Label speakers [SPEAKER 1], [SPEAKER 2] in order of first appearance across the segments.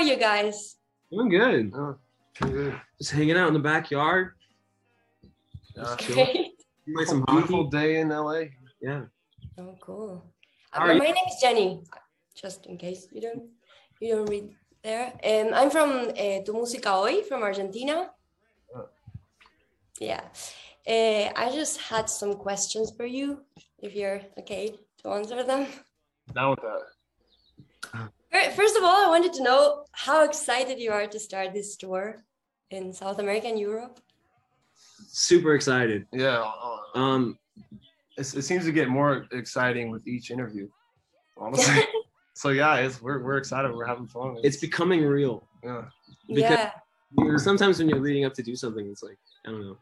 [SPEAKER 1] you guys?
[SPEAKER 2] Doing good.
[SPEAKER 3] Oh, good.
[SPEAKER 2] Just hanging out in the backyard.
[SPEAKER 3] Uh,
[SPEAKER 2] Just chilling.
[SPEAKER 1] Great.
[SPEAKER 2] Play some
[SPEAKER 3] beautiful
[SPEAKER 2] hockey.
[SPEAKER 3] day in LA.
[SPEAKER 2] Yeah.
[SPEAKER 1] Oh, cool.
[SPEAKER 2] How
[SPEAKER 1] Uh,
[SPEAKER 2] are you?
[SPEAKER 1] my name is Jenny. Just in case you don't you don't read there. Um, I'm from uh, Tu Música Hoy from Argentina.
[SPEAKER 3] Oh.
[SPEAKER 1] Yeah. Uh, I just had some questions for you, if you're okay to answer them.
[SPEAKER 3] Down with that.
[SPEAKER 1] Fir- First of all, I wanted to know how excited you are to start this tour in South America and Europe.
[SPEAKER 2] Super excited.
[SPEAKER 3] Yeah. uh,
[SPEAKER 2] Um,
[SPEAKER 3] it's, it seems to get more exciting with each interview, honestly. so yeah, it's, we're, we're excited. We're having fun.
[SPEAKER 2] it's becoming real.
[SPEAKER 3] yeah.
[SPEAKER 2] Because-
[SPEAKER 1] yeah.
[SPEAKER 2] Because sometimes when you're leading up to do something, it's like I don't know.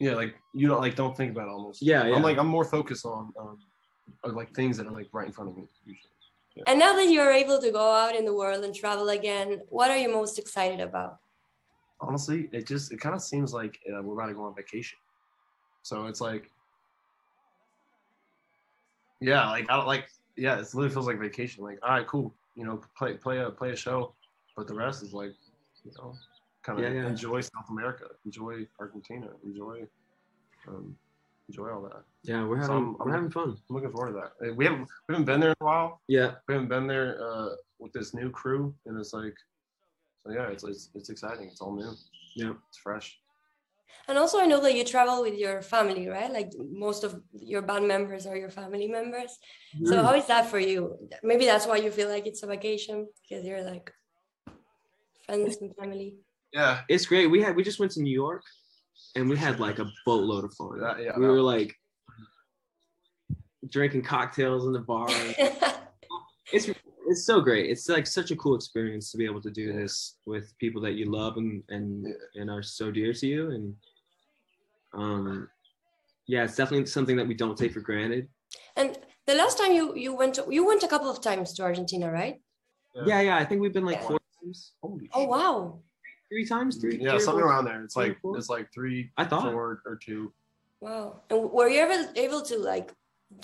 [SPEAKER 3] yeah, like you don't like don't think about it almost.
[SPEAKER 2] Yeah, yeah.
[SPEAKER 3] I'm like I'm more focused on um, uh, like things that are like right in front of me usually.
[SPEAKER 1] And now that you're able to go out in the world and travel again, what are you most excited about?
[SPEAKER 3] honestly, it just it kind of seems like uh, we're about to go on vacation. So it's like, yeah, like I don't like yeah, it literally feels like vacation. Like all right, cool, you know, play play a play a show, but the rest is like, you know, kind of
[SPEAKER 2] Yeah, yeah.
[SPEAKER 3] enjoy South America, enjoy Argentina, enjoy, um, enjoy all that.
[SPEAKER 2] Yeah, we're having
[SPEAKER 3] Some-
[SPEAKER 2] we're having fun.
[SPEAKER 3] I'm looking forward to that. Uh, We haven't we haven't been there in a while.
[SPEAKER 2] Yeah,
[SPEAKER 3] We haven't been there uh, with this new crew, and it's like, so yeah, it's it's, it's exciting. It's all new.
[SPEAKER 2] yeah,
[SPEAKER 3] It's fresh.
[SPEAKER 1] And also, I know that you travel with your family, right? Like most of your band members are your family members.
[SPEAKER 2] Mm.
[SPEAKER 1] So, how is that for you? Maybe that's why you feel like it's a vacation because you're like friends and family.
[SPEAKER 3] Yeah,
[SPEAKER 2] it's great. We had we just went to New York, and we had like a boatload of fun.
[SPEAKER 3] That- yeah,
[SPEAKER 2] we
[SPEAKER 3] that-
[SPEAKER 2] were like drinking cocktails in the bar. it's it's so great. It's like such a cool experience to be able to do this with people that you love and and and are so dear to you. And um, yeah, it's definitely something that we don't take for granted.
[SPEAKER 1] and the last time you you went to, you went a couple of times to Argentina, right?
[SPEAKER 3] Yeah.
[SPEAKER 2] Yeah, yeah. I think we've been like four times,
[SPEAKER 3] Holy
[SPEAKER 1] Oh
[SPEAKER 3] shit.
[SPEAKER 1] wow!
[SPEAKER 2] three times, three.
[SPEAKER 3] Yeah,
[SPEAKER 2] three or
[SPEAKER 3] something
[SPEAKER 2] four-
[SPEAKER 3] around there. It's
[SPEAKER 2] three or
[SPEAKER 3] like
[SPEAKER 2] four?
[SPEAKER 3] it's like three,
[SPEAKER 2] I thought.
[SPEAKER 3] four, or two.
[SPEAKER 1] Wow. And were you ever able to like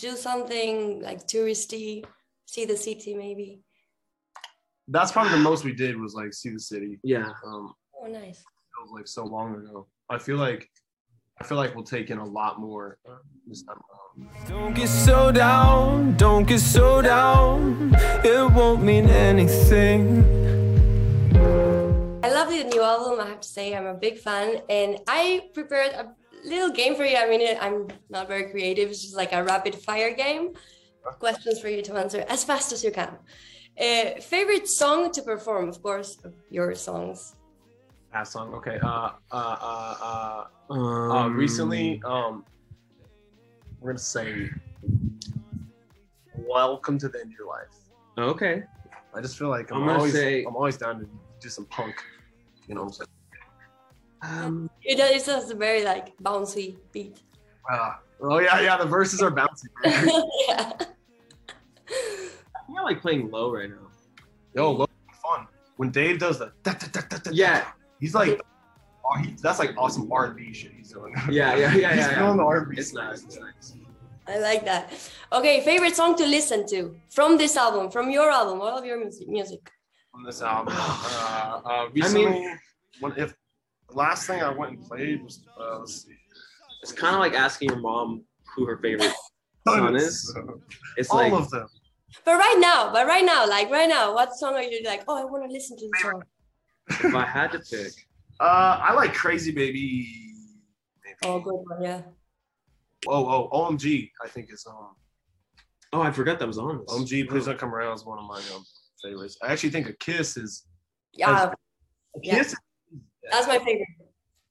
[SPEAKER 1] do something like touristy, see the city maybe?
[SPEAKER 3] That's probably the most we did was like see the city.
[SPEAKER 2] Yeah,
[SPEAKER 3] Um,
[SPEAKER 1] Oh, nice.
[SPEAKER 3] it was like so long ago. I feel like I feel like we'll take in a lot more um, this time around.
[SPEAKER 4] Don't get so down, don't get so down. It won't mean anything.
[SPEAKER 1] I love the new album. I have to say, I'm a big fan, and I prepared a little game for you. I mean, I'm not very creative. It's just like a rapid fire game. Questions for you to answer as fast as you can. Uh, favorite song to perform, of course, your songs.
[SPEAKER 3] Last song. Okay. Uh, uh, uh, uh,
[SPEAKER 2] um,
[SPEAKER 3] uh recently, um, we're gonna say, "Welcome to the End of Your Life."
[SPEAKER 2] Okay.
[SPEAKER 3] I just feel like I'm,
[SPEAKER 2] I'm gonna
[SPEAKER 3] always
[SPEAKER 2] say-
[SPEAKER 3] I'm always down to do some punk. You know what I'm saying?
[SPEAKER 2] Um,
[SPEAKER 1] It, it has a very like bouncy beat.
[SPEAKER 3] Ah, oh yeah, yeah. The verses are bouncing.
[SPEAKER 1] yeah.
[SPEAKER 2] I think I like playing low right now.
[SPEAKER 3] Yo, look fun. When Dave does the da, da, da, da, da,
[SPEAKER 2] Yeah.
[SPEAKER 3] he's like, oh, he, that's like awesome R and B shit he's doing.
[SPEAKER 2] Yeah, yeah, yeah,
[SPEAKER 3] he's
[SPEAKER 2] yeah,
[SPEAKER 3] feeling
[SPEAKER 2] yeah.
[SPEAKER 3] the R and B.
[SPEAKER 2] It's nice. It's nice.
[SPEAKER 1] I like that. Okay, favorite song to listen to from this album, from your album, all of your music. music.
[SPEAKER 3] on this album. Uh, uh, recently, when, if the last thing I went and played was uh, let's see.
[SPEAKER 2] It's kind of like asking your mom who her favorite song is. It's
[SPEAKER 3] all
[SPEAKER 2] like
[SPEAKER 3] of them.
[SPEAKER 1] But right now, but right now, like right now, what song are you like? Oh, I want to listen to this song.
[SPEAKER 2] if I had to pick.
[SPEAKER 3] Uh, I like Crazy Baby. Maybe.
[SPEAKER 1] Oh, good one, yeah.
[SPEAKER 3] oh, oh, OMG! I think is um
[SPEAKER 2] Oh, I forgot that was on. this.
[SPEAKER 3] OMG. Please don't come around is one of my um, favorites. I actually think a kiss is
[SPEAKER 1] Yeah, Yeah.
[SPEAKER 3] kiss
[SPEAKER 1] that's my favorite.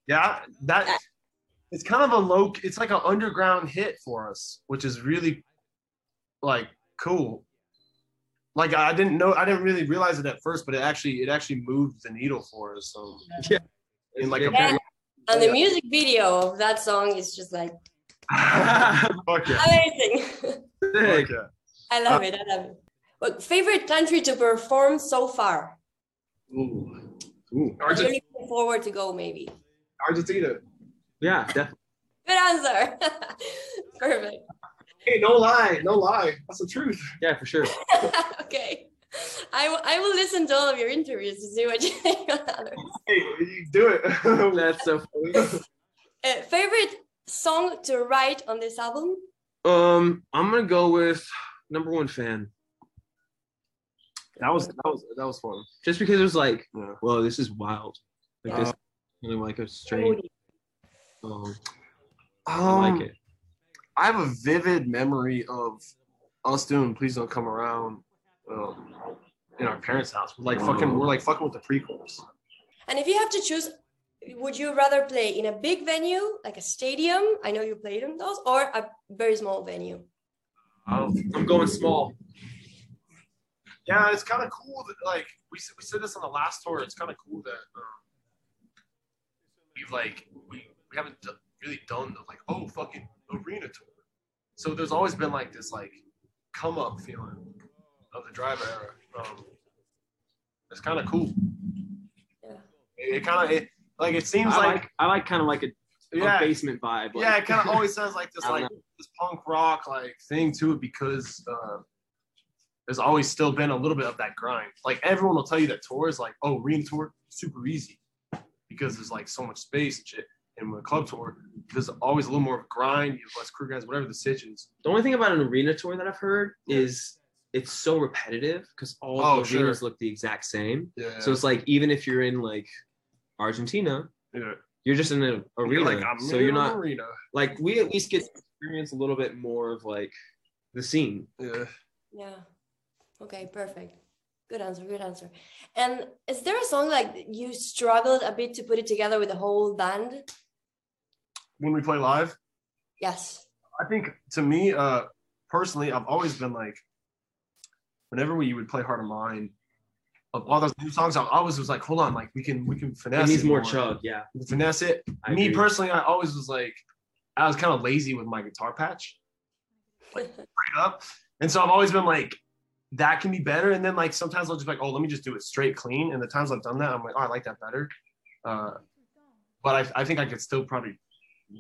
[SPEAKER 3] Yeah, that it's kind of a low. It's like an underground hit for us, which is really like cool. Like I didn't know, I didn't really realize it at first, but it actually it actually moved the needle for us. So in like a
[SPEAKER 1] Yeah.
[SPEAKER 3] very-
[SPEAKER 1] And the music video of that song is just like
[SPEAKER 3] fuck yeah,
[SPEAKER 1] amazing.
[SPEAKER 3] fuck
[SPEAKER 2] Sick.
[SPEAKER 3] yeah.
[SPEAKER 1] I love it. I love it. What favorite country to perform so far?
[SPEAKER 3] Ooh.
[SPEAKER 2] Ooh.
[SPEAKER 1] What You're
[SPEAKER 3] Argentina,
[SPEAKER 1] looking forward to go maybe.
[SPEAKER 3] Argentina.
[SPEAKER 2] Yeah, definitely.
[SPEAKER 1] Good answer. Perfect.
[SPEAKER 3] Hey, no lie, no lie. That's the truth.
[SPEAKER 2] Yeah, for sure.
[SPEAKER 1] okay. I, will- I will listen to all of your interviews to see what you think on others.
[SPEAKER 3] Hey, you do it.
[SPEAKER 2] That's so funny.
[SPEAKER 1] Uh, favorite song to write on this album?
[SPEAKER 2] Um, I'm gonna go with number one fan.
[SPEAKER 3] that was that was that was fun.
[SPEAKER 2] Just because it was like,
[SPEAKER 3] Yeah.
[SPEAKER 2] whoa, this is wild. Like
[SPEAKER 3] Uh,
[SPEAKER 2] this, kind of like a strange. Um, I
[SPEAKER 3] um,
[SPEAKER 2] like it.
[SPEAKER 3] I have a vivid memory of us doing "Please Don't Come Around" um, in our parents' house. We're like fucking, we're like fucking with the prequels.
[SPEAKER 1] And if you have to choose, would you rather play in a big venue, like a stadium? I know you played in those, or a very small venue.
[SPEAKER 3] Oh,
[SPEAKER 2] I'm going small.
[SPEAKER 3] yeah, it's kind of cool that like we said- we said this on the last tour. It's kind of cool that um, we've like we, we haven't d- really done the like oh fucking arena tour. So there's always been like this like come up feeling of the drive era. Um, it's kind of cool.
[SPEAKER 1] Yeah.
[SPEAKER 3] It, it kind of it like it
[SPEAKER 2] I
[SPEAKER 3] seems
[SPEAKER 2] like,
[SPEAKER 3] like
[SPEAKER 2] I like kind of like a, a
[SPEAKER 3] yeah
[SPEAKER 2] basement vibe. Like,
[SPEAKER 3] yeah, it kind of always sounds like this
[SPEAKER 2] I don't
[SPEAKER 3] like this punk rock like thing to it because uh, there's always still been a little bit of that grind. Like everyone will tell you that tour is like, oh, arena tour super easy because there's like so much space and shit. And with club tour, there's always a little more of a grind, you have less crew guys, whatever the situation is.
[SPEAKER 2] The only thing about an arena tour that I've heard is it's so repetitive because all
[SPEAKER 3] Oh,
[SPEAKER 2] the arenas
[SPEAKER 3] sure.
[SPEAKER 2] look the exact same.
[SPEAKER 3] Yeah.
[SPEAKER 2] So it's like even if you're in like Argentina,
[SPEAKER 3] yeah.
[SPEAKER 2] you're just in an arena.
[SPEAKER 3] You're like, I'm
[SPEAKER 2] so you're not
[SPEAKER 3] arena.
[SPEAKER 2] like we at least get to experience a little bit more of like the scene.
[SPEAKER 3] Yeah.
[SPEAKER 1] Yeah. Okay, perfect. Good answer, good answer. And is there a song like you struggled a bit to put it together with the whole band?
[SPEAKER 3] When we play live,
[SPEAKER 1] Yes.
[SPEAKER 3] I think to me, uh, personally, I've always been like, whenever we would play Heart of Mine, of all those new songs, I always was like, hold on, like we can we can
[SPEAKER 2] It
[SPEAKER 3] finesse
[SPEAKER 2] needs
[SPEAKER 3] it
[SPEAKER 2] more chug. Yeah.
[SPEAKER 3] finesse it.
[SPEAKER 2] I
[SPEAKER 3] me
[SPEAKER 2] agree.
[SPEAKER 3] personally, I always was like, I was kind of lazy with my guitar patch right up, and so I've always been like, that can be better. And then like sometimes I'll just be like, oh, let me just do it straight clean. And the times I've done that, I'm like, oh, I like that better. Uh, but I, I think I could still probably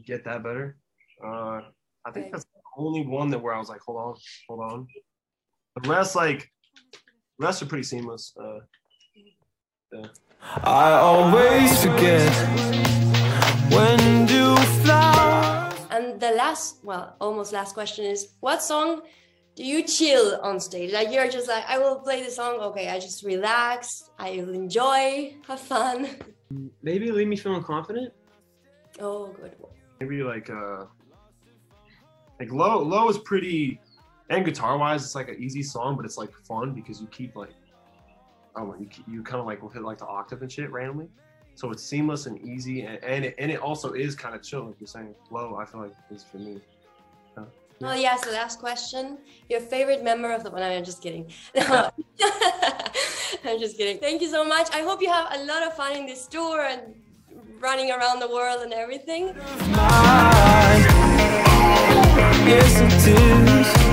[SPEAKER 3] get that better. Uh, I think
[SPEAKER 1] Right.
[SPEAKER 3] that's the only one that where I was like, hold on, hold on. The rest like, the rest are pretty seamless. Uh,
[SPEAKER 4] I always forget when do flowers.
[SPEAKER 1] And the last, well, almost last question is what song do you chill on stage? Like you're just like, I will play the song, okay, I just relax, I will enjoy, have fun.
[SPEAKER 2] Maybe leave me feeling confident.
[SPEAKER 1] Oh, good.
[SPEAKER 3] maybe like uh, like low low is pretty, and guitar wise, it's like an easy song, but it's like fun because you keep like, oh, you keep, you kind of like will hit like the octave and shit randomly. So it's seamless and easy, and and it, and it also is kind of chill, like you're saying. Low, I feel like is for me.
[SPEAKER 1] Oh, yes, the last question. Your favorite member of the well, no, I'm just kidding. No. I'm just kidding. Thank you so much. I hope you have a lot of fun in this tour and running around the world and everything.
[SPEAKER 4] Yes, it is.